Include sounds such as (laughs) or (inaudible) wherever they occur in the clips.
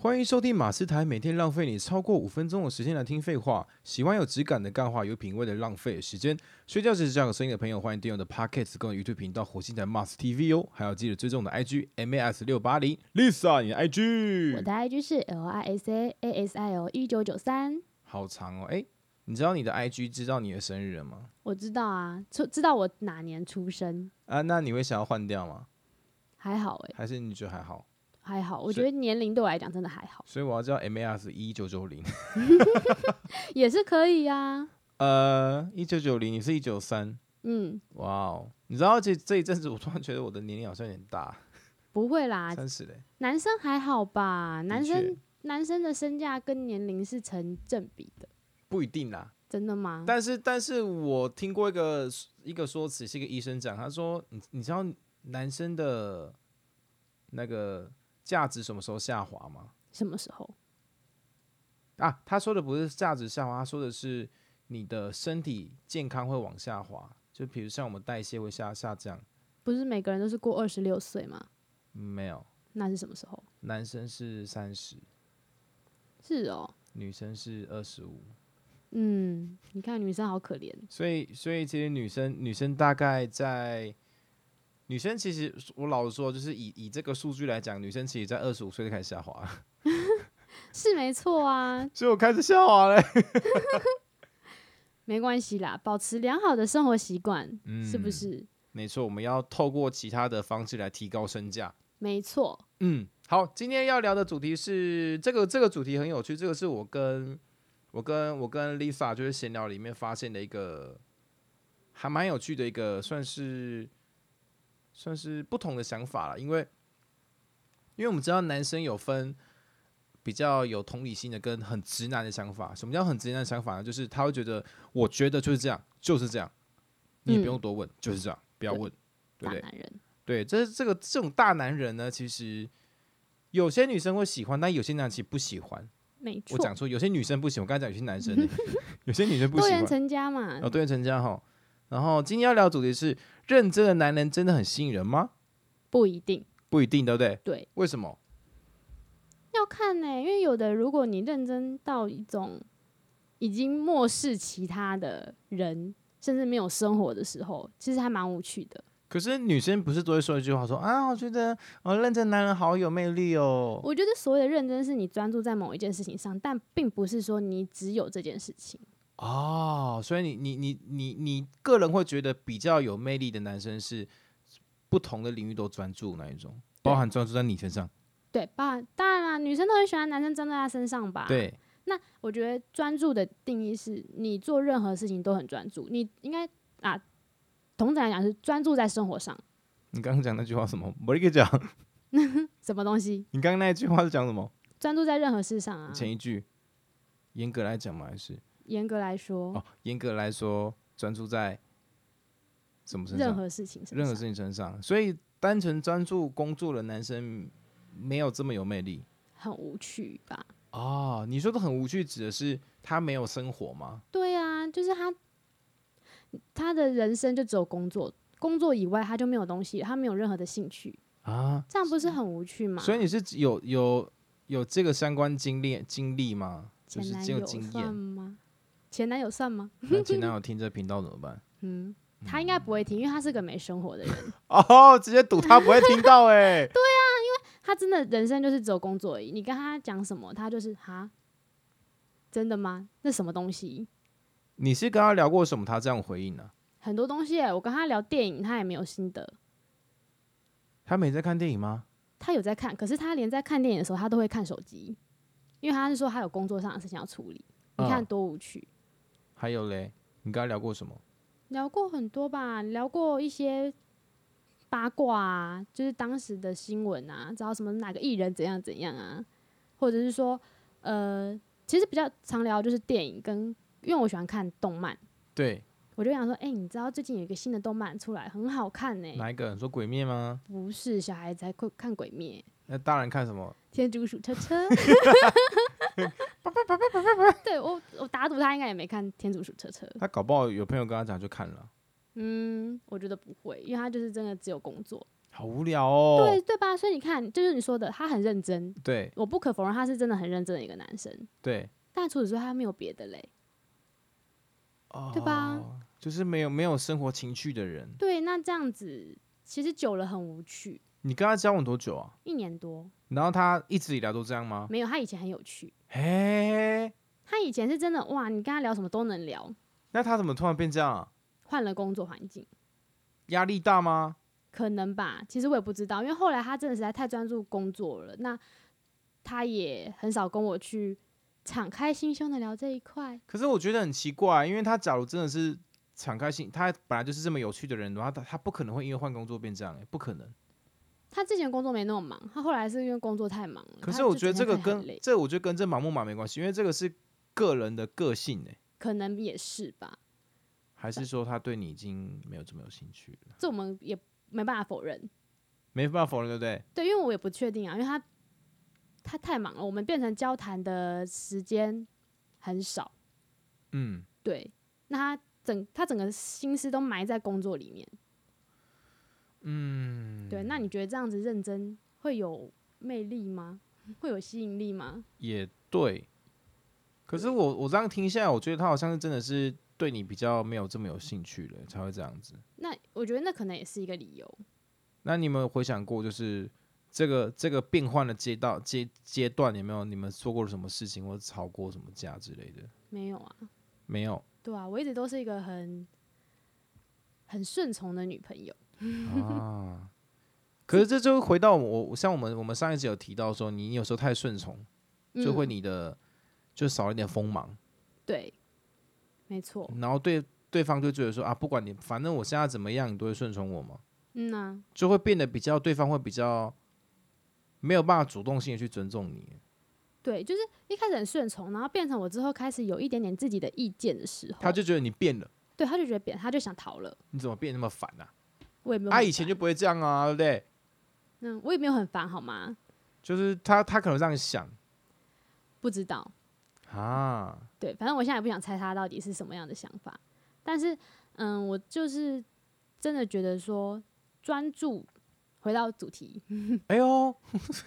欢迎收听马斯台，每天浪费你超过五分钟的时间来听废话。喜欢有质感的干话，有品味的浪费时间。睡觉时这样有声音的朋友，欢迎订阅我的 Podcast 跟我的 YouTube 频道火星台 Mars TV 哦，还有记得追踪我的 IG MAS 六八零 Lisa，你的我 IG 的 IG 是 L I S A A S I L 一九九三。好长哦。哎，你知道你的 IG 知道你的生日了吗？我知道啊，出知道我哪年出生，啊，那你会想要换掉吗？还好哎、还是你觉得还好？还好。我所觉以得年龄对我来讲真的还好，所以我要叫 MAS 一九九零， (laughs) 也是可以啊。呃，一九九零，你是一九三，嗯，哇哦！你知道这这一阵子，我突然觉得我的年龄好像有点大，不会啦，三十嘞。男生还好吧？男的生确男生的身价跟年龄是成正比的，不一定啦，真的吗？但是但是我听过一个一个说辞，是一个医生讲，他说你你知道男生的那个价值什么时候下滑吗？什么时候？啊，他说的不是价值下滑，他说的是你的身体健康会往下滑，就比如像我们代谢会下下降，不是每个人都是过二十六岁吗？没有，那是什么时候？男生是三十，是哦，女生是二十五，嗯，你看女生好可怜，所以，所以其实女生女生大概在女生其实我老实说，就是以以这个数据来讲，女生其实在二十五岁就开始下滑，了， (laughs) 是没错啊，所以我开始下滑嘞，没关系啦，保持良好的生活习惯，是不嗯是？没错，我们要透过其他的方式来提高身价。没错，嗯，好，今天要聊的主题是这个这个主题很有趣，这个是我跟我跟我跟 Lisa 就是闲聊里面发现的一个还蛮有趣的一个，算是算是不同的想法了，因为因为我们知道男生有分比较有同理心的跟很直男的想法，什么叫很直男的想法呢？就是他会觉得我觉得就是这样，就是这样，你也不嗯用多问，就是这样，不要对问，对不大对？男人，对，这这个这种大男人呢，其实有些女生会喜欢，但有些男生其实不喜欢。没我错，讲错，有些女生不喜欢，我刚才讲有些男生 (laughs) 呢，有些女生不多喜元欢。成家嘛，哦，对，成家哈。然后今天要聊的主题是：认真的男人真的很吸引人吗？不一定不一定，对不对？对，为什么？要看呢、因为有的如果你认真到一种已经漠视其他的人，甚至没有生活的时候，其实还蛮无趣的。可是女生不是都会说一句话说啊，我觉得哦，认真男人好有魅力哦。我觉得所谓的认真，是你专注在某一件事情上，但并不是说你只有这件事情。哦，所以你你你你你个人会觉得比较有魅力的男生是不同的领域都专注那一种，包对含专注在你身上。对，当然当然啦，女生都很喜欢男生站在她身上吧？对，那我觉得专注的定义是你做任何事情都很专注，你应该啊，同等来讲是专注在生活上，你刚刚讲那句话什么？我跟你讲，什么东西你刚刚那一句话是讲什么？专注在任何事上啊。前一句，严格来讲嘛，还是严格来说，哦，严格来说，专注在什么身任上？何事情身上，任何事情身上。所以，单纯专注工作的男生没有这么有魅力很无趣吧？哦。你说的很无趣，指的是他没有生活吗？对啊，就是他他的人生就只有工作，工作以外他就没有东西，他没有任何的兴趣，啊，这样不是很无趣吗？所以你是指有有有这个相关经历经历吗？就前是男这个友经算验。吗？前男友算吗？那前男友听这频道怎么 (laughs) 办？嗯，他应该不会听，因为他是个没生活的人。哦，直接赌他不会听到哎、他真的人生就是只有工作而已。你跟他讲什么，他就是哈，真的吗？那什么东西？你是跟他聊过什么？他这样回应呢、很多东西耶、欸我跟他聊电影，他也没有心得。他没在看电影吗？他有在看，可是他连在看电影的时候，他都会看手机，因为他是说他有工作上的事情要处理。你看嗯多无趣。还有嘞，你跟他聊过什么？聊过很多吧，聊过一些八卦啊，就是当时的新闻啊，知道什么哪个艺人怎样怎样啊，或者是说，呃，其实比较常聊就是电影跟，因为我喜欢看动漫。对，我就想说，哎、你知道最近有一个新的动漫出来，很好看呢、哪一个？你说鬼灭吗？不是小孩子还看看《鬼灭》那大人看什么？ 《天竺鼠 (laughs) 车车》 (laughs) 对我，我打赌他应该也没看《天竺鼠车车》。他搞不好有朋友跟他讲就看了。嗯，我觉得不会，因为他就是真的只有工作。好无聊哦。对对吧？所以你看，就是你说的，他很认真，对我不可否认，他是真的很认真的一个男生。对，但除此之外，他没有别的嘞。对吧哦？就是没有没有生活情趣的人。对，那这样子其实久了很无趣，你跟他交往多久啊？一年多然后他一直以来都这样吗？没有。他以前很有趣，嘿，他以前是真的哇，你跟他聊什么都能聊。那他怎么突然变这样、啊？换了工作环境，压力大吗？可能吧，其实我也不知道，因为后来他真的实在太专注工作了，那他也很少跟我去敞开心胸的聊这一块。可是我觉得很奇怪，因为他假如真的是敞开心，他本来就是这么有趣的人的话，他他不可能会因为换工作变这样、欸，不可能。他之前工作没那么忙，他后来是因为工作太忙了。可他是我就觉得这整个天很跟累这我觉得跟这忙不忙没关系，因为这个是个人的个性诶、可能也是吧，还是说他对你已经没有这么有兴趣了？这我们也没办法否认。没办法否认，对不对？对，因为我也不确定啊，因为他他太忙了，我们变成交谈的时间很少。嗯，对，那他整他整个心思都埋在工作里面。嗯，对。那你觉得这样子认真会有魅力吗？会有吸引力吗？也对。可是我我这样听下来，我觉得他好像是真的是对你比较没有这么有兴趣了，才会这样子。那我觉得那可能也是一个理由。那你有没有回想过，就是这个这个变换的阶段阶阶段，有没有你们做过什么事情，或者吵过什么架之类的？没有啊，没有对啊，我一直都是一个很很顺从的女朋友。啊。可是这就回到我我像我们我们上一集有提到说，你有时候太顺从，就会嗯、你的、就少了一点锋芒，对，没错。然后对对方就觉得说啊，不管你反正我现在怎么样，你都会顺从我嘛，嗯呐、就会变得比较对方会比较没有办法主动性的去尊重你，对，就是一开始很顺从，然后变成我之后开始有一点点自己的意见的时候，他就觉得你变了，对他就觉得扁，他就想逃了。你怎么变那么烦啊？我也没有他、很以前烦就不会这样啊，对不对？嗯，我也没有很烦，好吗？就是他他可能这样想不知道，啊，对，反正我现在也不想猜他到底是什么样的想法。但是，嗯，我就是真的觉得说，专注回到主题，哎呦，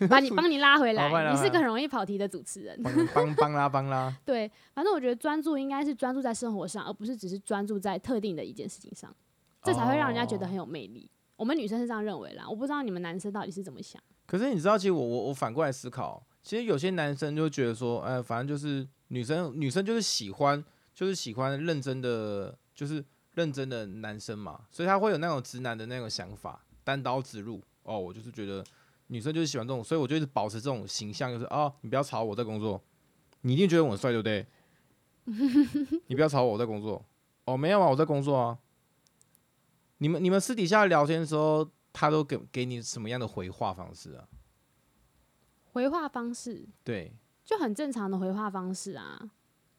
把 (laughs) 你帮你拉回好帮你来。拉你回是来个很容易跑题的主持人，帮帮帮啦帮啦，对。反正我觉得专注应该是专注在生活上，而不是只是专注在特定的一件事情上， (laughs) 这才会让人家觉得哦很有魅力。我们女生是这样认为啦，我不知道你们男生到底是怎么想。可是你知道，其实我我我反过来思考，其实有些男生就会觉得说，哎、反正就是女生女生就是喜欢就是喜欢认真的，就是认真的男生嘛，所以他会有那种直男的那种想法，单刀直入。哦，我就是觉得女生就是喜欢这种，所以我就一直保持这种形象，就是哦，你不要吵我我在工作，你一定觉得我很帅，对不对？你不要吵我我在工作。哦，没有啊，我在工作啊。你们你们私底下聊天的时候，他都给给你什么样的回话方式啊？回话方式对，就很正常的回话方式啊，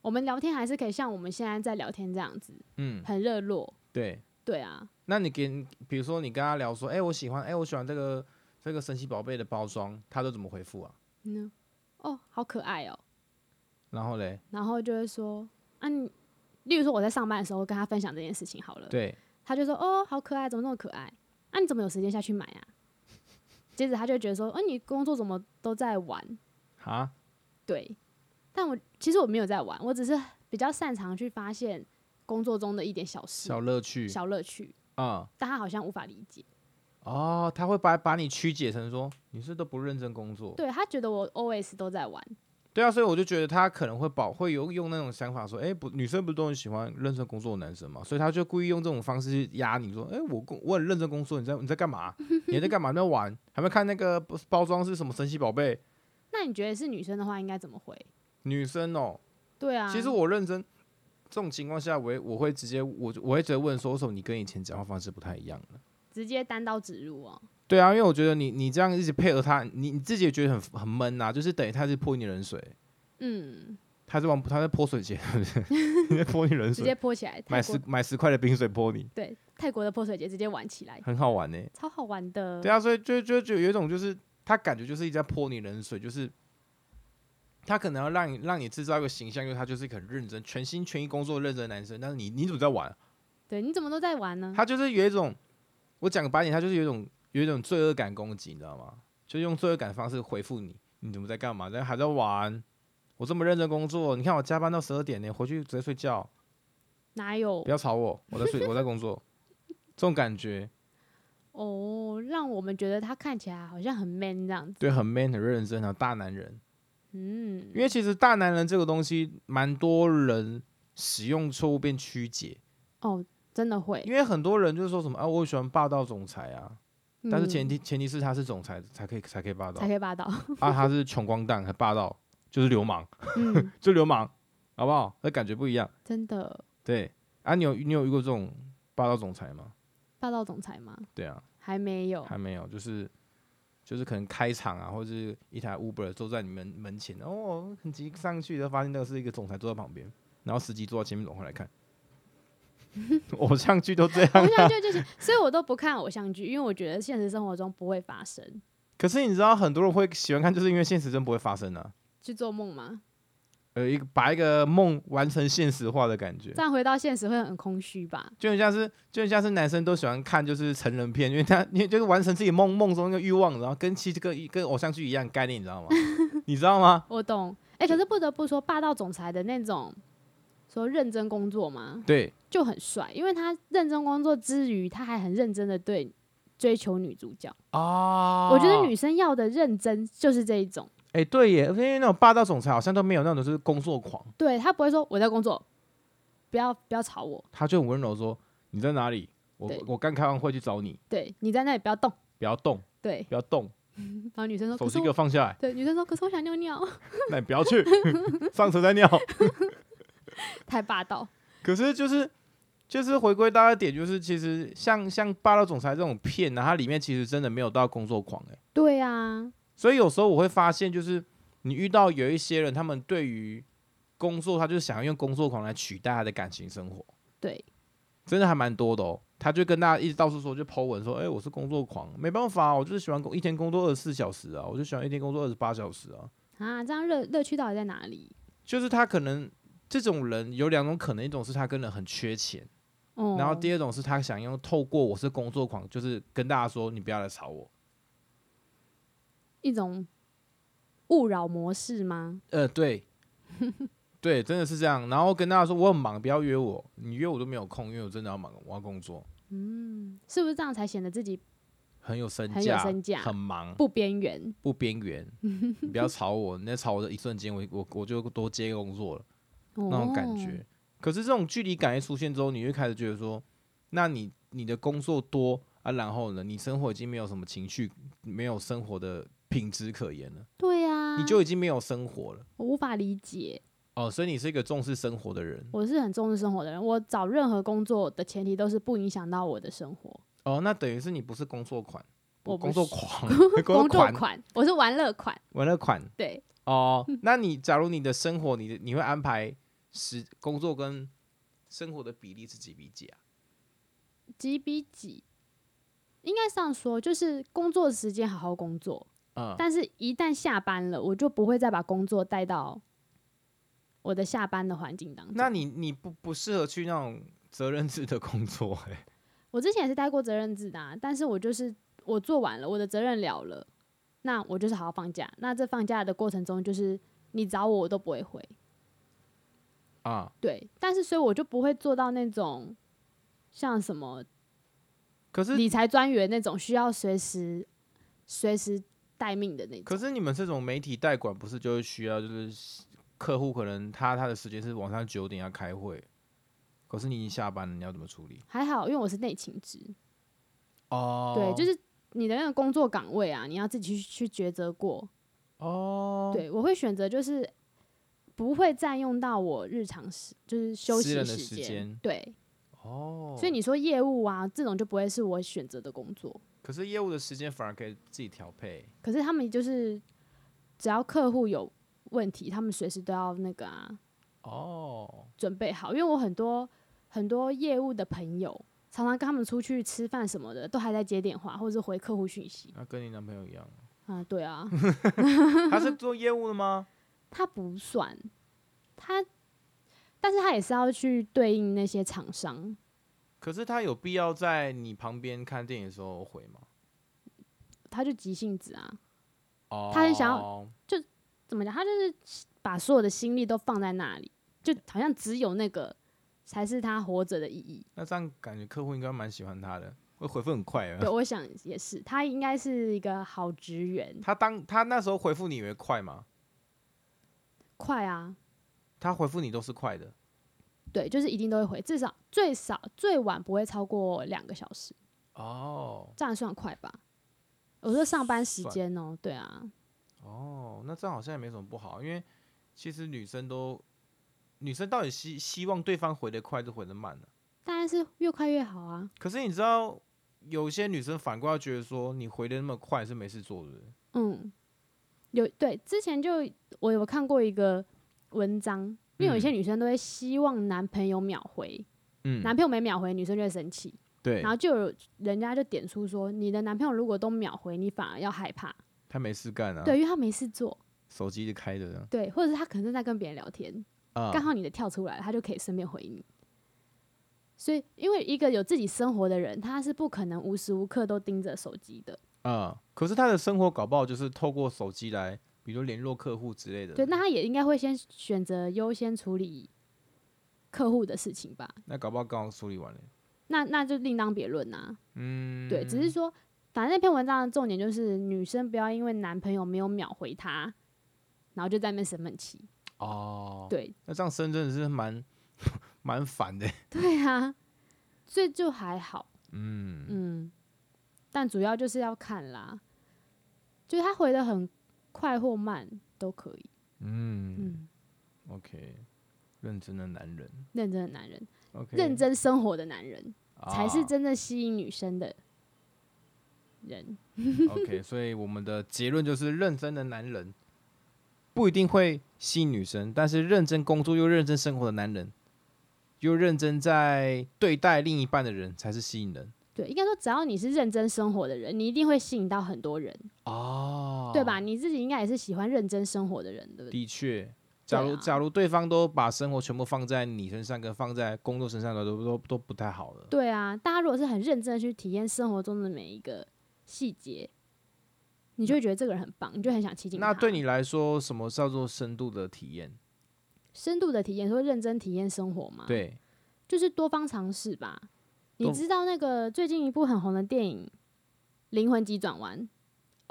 我们聊天还是可以像我们现在在聊天这样子，嗯，很热络。对。对啊，那你给你，比如说你跟他聊说，哎、我喜欢，哎、我喜欢这个这个神奇宝贝的包装，他都怎么回复啊？嗯，哦，好可爱哦。然后嘞，然后就会说，啊你，例如说我在上班的时候跟他分享这件事情好了，对，他就说，哦，好可爱，怎么那么可爱？啊，你怎么有时间下去买啊？接着他就会觉得说，哦、你工作怎么都在玩？啊，对，但我其实我没有在玩，我只是比较擅长去发现工作中的一点小事、小乐趣小乐趣，啊、但他好像无法理解。哦，他会把把你曲解成说你是都不认真工作，对他觉得我 always 都在玩，对啊，所以我就觉得他可能会保会有用那种想法说，哎、不，女生不是都很喜欢认真工作的男生嘛，所以他就故意用这种方式去压你说，哎、我工我很认真工作，你在你在干嘛？你还在干嘛？在玩？还没看那个包包装是什么神奇宝贝？那你觉得是女生的话应该怎么回？女生哦、对啊，其实我认真，这种情况下，我也我会直接我我会直接问说，为什么你跟以前讲话方式不太一样了？直接单刀直入哦、对啊，因为我觉得你你这样一直配合他，你你自己也觉得很很闷呐、就是等于他是泼你冷水，嗯，他在往他在泼水节， (laughs) 是不是？你在泼你冷直接水，泼起来，泰买国十买十块的冰水泼你，对泰国的泼水节直接玩起来，很好玩呢、欸超好玩的。对啊，所以就就就有一种就是他感觉就是一直在泼你冷水，就是他可能要让你让你制造一个形象，就是他就是一个很认真、全心全意工作的认真的男生，但是你你怎么在玩啊？对你怎么都在玩呢？他就是有一种，我讲个白点，他就是有一种有一种罪恶感攻击，你知道吗？就用罪恶感的方式回复你，你怎么在干嘛？在还在玩？我这么认真工作，你看我加班到十二点呢，回去直接睡觉，哪有不要吵我，我在睡，我在工作，这种感觉哦？让我们觉得他看起来好像很 man 这样子。对，很 man 很认真，很大男人。嗯，因为其实大男人这个东西，蛮多人使用错误变曲解，哦，真的会。因为很多人就是说什么啊，我喜欢霸道总裁啊，但是前嗯提前提是他是总裁才可以才可以霸道才可以霸道。 (laughs) 啊，他是穷光蛋还霸道就是流氓，嗯，就流氓，好不好？那感觉不一样。真的对啊，你有你有遇过这种霸道总裁吗？霸道总裁吗？对啊，还没有。还没有，就是就是可能开场啊，或者是一台 Uber 坐在你们门前，哦，很急上去，然后发现那个是一个总裁坐在旁边，然后司机坐在前面转过来看， (laughs) 偶像剧都这样 (laughs) 偶像啊。剧就是，所以我都不看偶像剧，因为我觉得现实生活中不会发生。可是你知道很多人会喜欢看，就是因为现实中不会发生啊，去做梦吗？呃，一个把一个梦完成现实化的感觉这。样回到现实会很空虚吧？就很像是，就很像是男生都喜欢看就是成人片，因为他因为就是完成自己梦梦中那个欲望，然后跟其实跟跟偶像剧一样概念，你知道吗？ (laughs) 你知道吗？我懂。哎、可是不得不说，霸道总裁的那种说认真工作嘛，对就很帅，因为他认真工作之余，他还很认真的对追求女主角。啊我觉得女生要的认真就是这一种，哎、对耶，因为那种霸道总裁好像都没有那种就是工作狂，对他不会说我在工作，不要不要吵我，他就很温柔说你在哪里？我对我刚开完会去找你，对你在那里不要动，不要动，对。不要动，然后女生说，手哦可是机给我我放下来，对女生说，可是我想尿尿， (laughs) 那你不要去， (laughs) 上车再尿。太霸道。可是就是就是回归大家的点，就是其实像像霸道总裁这种片啊呢、它里面其实真的没有到工作狂哎、对啊，所以有时候我会发现，就是你遇到有一些人，他们对于工作，他就是想要用工作狂来取代他的感情生活，对，真的还蛮多的哦。他就跟大家一直到处说，就 Po 文说，哎、我是工作狂，没办法啊，我就是喜欢工一天工作二十四小时啊，我就喜欢一天工作二十八小时啊。啊，这样乐乐趣到底在哪里？就是他可能这种人有两种可能，一种是他跟人很缺钱，哦，然后第二种是他想用透过我是工作狂，就是跟大家说你不要来吵 (laughs) 我。一种勿扰模式吗？呃，对， (laughs) 对，真的是这样。然后跟大家说我很忙，不要约我，你约我都没有空，因为我真的要忙，我要工作，是不是这样才显得自己很有身很有价，身价很忙，不边缘？不边缘。你不要吵我，你在吵我的一瞬间，我我我就多接工作了那种感哦觉。可是这种距离感一出现之后，你会开始觉得说，那你你的工作多啊，然后呢，你生活已经没有什么情绪，没有生活的品质可言了，对啊，你就已经没有生活了。我无法理解。哦，所以你是一个重视生活的人。我是很重视生活的人，我找任何工作的前提都是不影响到我的生活。哦，那等于是你不是工作款，我不工作是 (laughs) 狂，工工作款，款，我是玩乐款，玩乐款。对，哦，嗯那你假如你的生活，你的你会安排时工作跟生活的比例是几比几啊？几比几。应该这样说，就是工作时间好好工作，嗯，但是一旦下班了，我就不会再把工作带到我的下班的环境当中。那你你不不适合去那种责任制的工作、 (laughs) 欸，我之前也是待过责任制的、啊，但是我就是我做完了，我的责任了了，那我就是好好放假。那这放假的过程中，就是你找我，我都不会回。啊，对，但是所以我就不会做到那种像什么可是理财专员那种需要随时随时待命的那种。可是你们这种媒体代管不是就会需要就是客户可能他他的时间是晚上九点要开会，可是你已经下班了，你要怎么处理？还好，因为我是内勤职，哦，对，就是是你的那个工作岗位啊，你要自己去去抉择过。哦，对，我会选择就是不会占用到我日常时，就是休私息人的时时间间。对，哦，所以你说业务啊这种就不会是我选择的工作，可是业务的时间反而可以自己调配。可是他们就是只要客户有问题，他们随时都要那个啊哦，准备好，因为我很多很多业务的朋友。常常跟他们出去吃饭什么的，都还在接电话或者是回客户讯息那跟你男朋友一样，啊。对啊，他是做业务的吗？他不算，他，但是他也是要去对应那些厂商，可是他有必要在你旁边看电影的时候回吗？他就急性子啊，哦，他很想要怎么讲？他就是把所有的心力都放在那里，就好像只有那个才是他活着的意义。那这样感觉客户应该蛮喜欢他的，会回复很快啊。对，我想也是，他应该是一个好职员，他当他那时候回复你以为快吗？快啊，他回复你都是快的，对，就是一定都会回，至少最少最晚不会超过两个小时，哦这样算快吧？我说上班时算间哦、对啊，哦，那这样好像也没什么不好，因为其实女生都，女生到底希希望对方回的快，就回的慢呢、啊当然是越快越好啊。可是你知道，有些女生反过来觉得说，你回的那么快是没事做的。嗯，有对，之前就我有看过一个文章，因为有一些嗯女生都会希望男朋友秒回，嗯男朋友没秒回，女生就会生气，对然，后就有人家就点出说，你的男朋友如果都秒回，你反而要害怕，他没事干啊，对，因为他没事做，手机就开着呢对，或者是他可能正在跟别人聊天，啊刚、好你的跳出来了，他就可以顺便回你。所以，因为一个有自己生活的人，他是不可能无时无刻都盯着手机的。啊、可是他的生活搞不好就是透过手机来，比如联络客户之类的。对，那他也应该会先选择优先处理客户的事情吧？那搞不好刚好处理完了。那那就另当别论呐。嗯，对，只是说，反正那篇文章的重点就是女生不要因为男朋友没有秒回她，然后就在那边生闷气。哦，对，那这样生真的是蛮 (laughs) 蛮烦的。 (laughs) 对啊，所以就还好。嗯嗯，但主要就是要看啦，就是他回的很快或慢都可以。嗯嗯， ，OK，认真的男人认真的男人， ，OK，认真生活的男人，才是啊真正吸引女生的人。 OK，所以我们的结论就是，认真的男人不一定会吸引女生，但是认真工作又认真生活的男人，又认真在对待另一半的人，才是吸引人对，应该说只要你是认真生活的人，你一定会吸引到很多人，哦对吧？？你自己应该也是喜欢认真生活的人，对不对？的确，假如、对啊假如对方都把生活全部放在你身上，跟放在工作身上的都都都不太好了。对啊，大家如果是很认真的去体验生活中的每一个细节，你就会觉得这个人很棒，你就很想亲近他。那对你来说，什么叫做深度的体验？嗯深度的体验，说认真体验生活嘛？对，就是多方尝试吧。你多知道那个最近一部很红的电影《灵魂急转弯》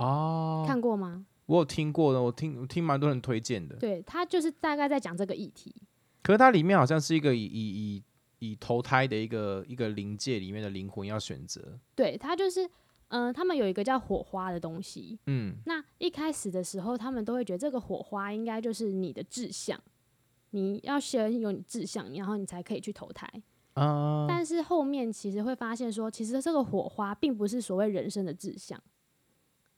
哦，看过吗？我有听过的，我听我听蛮多人推荐的。对，它就是大概在讲这个议题。可是它里面好像是一个以以以以投胎的一个一个灵界里面的灵魂要选择，对，它就是，嗯、他们有一个叫火花的东西。嗯，那一开始的时候，他们都会觉得这个火花应该就是你的志向，你要先有你志向，然后你才可以去投胎。啊、但是后面其实会发现说，其实这个火花并不是所谓人生的志向，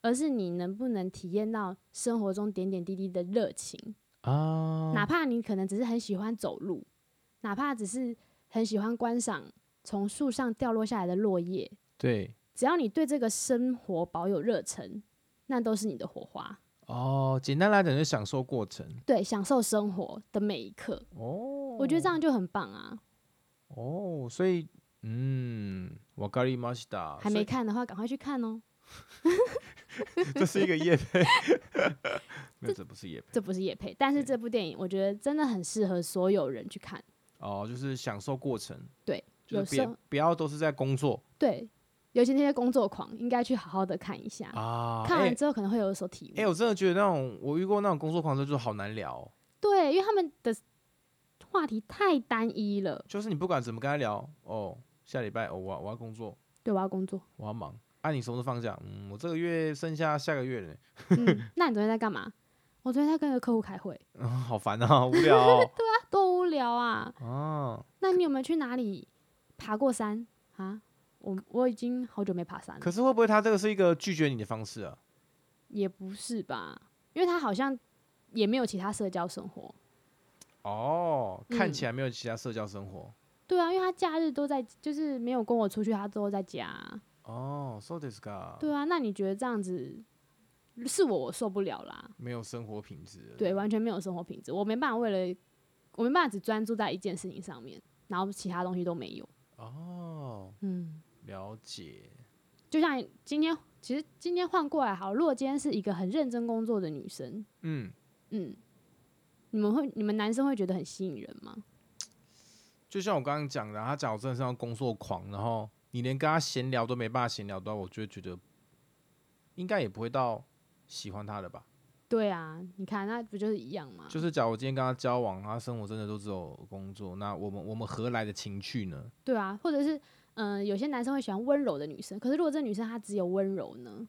而是你能不能体验到生活中点点滴滴的热情。啊，哪怕你可能只是很喜欢走路，哪怕只是很喜欢观赏从树上掉落下来的落叶，对，只要你对这个生活保有热忱，那都是你的火花。哦，简单来讲就是享受过程，对，享受生活的每一刻，哦，我觉得这样就很棒啊！哦，所以，嗯，我咖喱马西达还没，看的话，赶快去看哦。所以 (laughs) 这是一个夜 (laughs) 配，没有，这不是夜配，这不是也配，但是对这部电影我觉得真的很适合所有人去看。哦，就是享受过程，对，就有是别生不要都是在工作对，尤其那些工作狂，应该去好好的看一下。啊，看哎完之后可能会有所体哎、悟。我真的觉得那种我遇过那种工作狂的，就是好难聊哦、对，因为他们的话题太单一了。就是你不管怎么跟他聊，哦，下礼拜哦，我要我要工作，对，我要工 (laughs) 作。我要忙。啊，你什么时候放假？嗯，我这个月剩下下个月了呢， (laughs) 嗯，那你昨天在干嘛？我昨天在跟一个客户开会，嗯，好烦啊，无聊、 (laughs) 哦。啊多无聊啊！啊，那你有没有去哪里爬过山啊？我我已经好久没爬山了，可是会不会他这个是一个拒绝你的方式啊？也不是吧？因为他好像也没有其他社交生活。哦，看嗯起来没有其他社交生活。对啊，因为他假日都在，就是没有跟我出去，他都在家啊、哦，so this guy 对啊，那你觉得这样子是我我受不了啦？没有生活品质。对，，完全没有生活品质，我没办法为了，我没办法只专注在一件事情上面，然后其他东西都没有。哦，嗯，了解。就像今天其实今天换过来好，如果今天是一个很认真工作的女生，嗯，嗯，你们会你们男生会觉得很吸引人吗？就像我刚刚讲的，他假如真的是要工作狂，然后你连跟他闲聊都没办法闲聊的话，我就会觉得应该也不会到喜欢他的吧。对啊，你看那不就是一样吗？就是假如我今天跟他交往，他生活真的都只有工作，那我们我们何来的情趣呢？对啊，或者是嗯、呃有些男生会喜欢温柔的女生，可是如果这女生她只有温柔呢，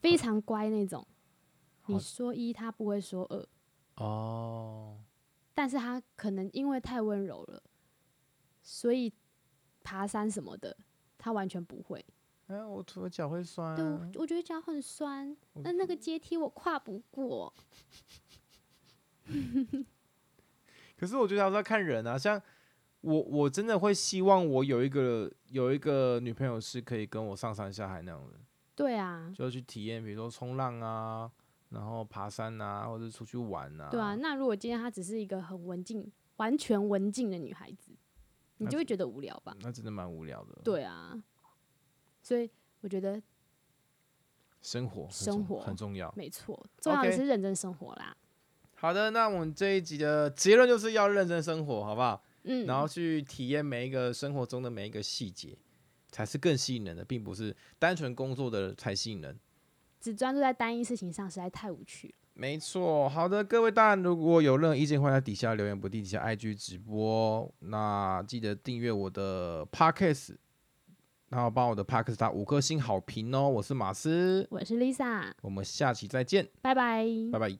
非常乖那种，你好说一她不会说二，哦，但是她可能因为太温柔了，所以爬山什么的她完全不会。哎，我腿脚会酸、对，我啊，我觉得脚很酸，我那那个阶梯我跨不过。可是我觉得还是要看人啊，像我我真的会希望我有一个有一个女朋友是可以跟我上山下海那种人，对啊，就要去体验，比如说冲浪啊，然后爬山啊，或者出去玩啊。对啊。那如果今天她只是一个很文静、完全文静的女孩子，你那就会觉得无聊吧？那真的蛮无聊的。，对啊，所以我觉得生活很生重活很重要。没错，重要的 OK 是认真生活啦。好的，那我们这一集的结论就是要认真生活，好不好？嗯，然后去体验每一个生活中的每一个细节，才是更吸引人的，并不是单纯工作的才吸引人。只专注在单一事情上实在太无趣了。没错，好的，各位大人，如果有任何意见，欢迎在底下留言，不定底下 IG 直播。那记得订阅我的 Podcast，然后帮我的 Podcast 打五颗星好评哦。我是马斯，我是 Lisa，我们下期再见，拜拜。拜拜。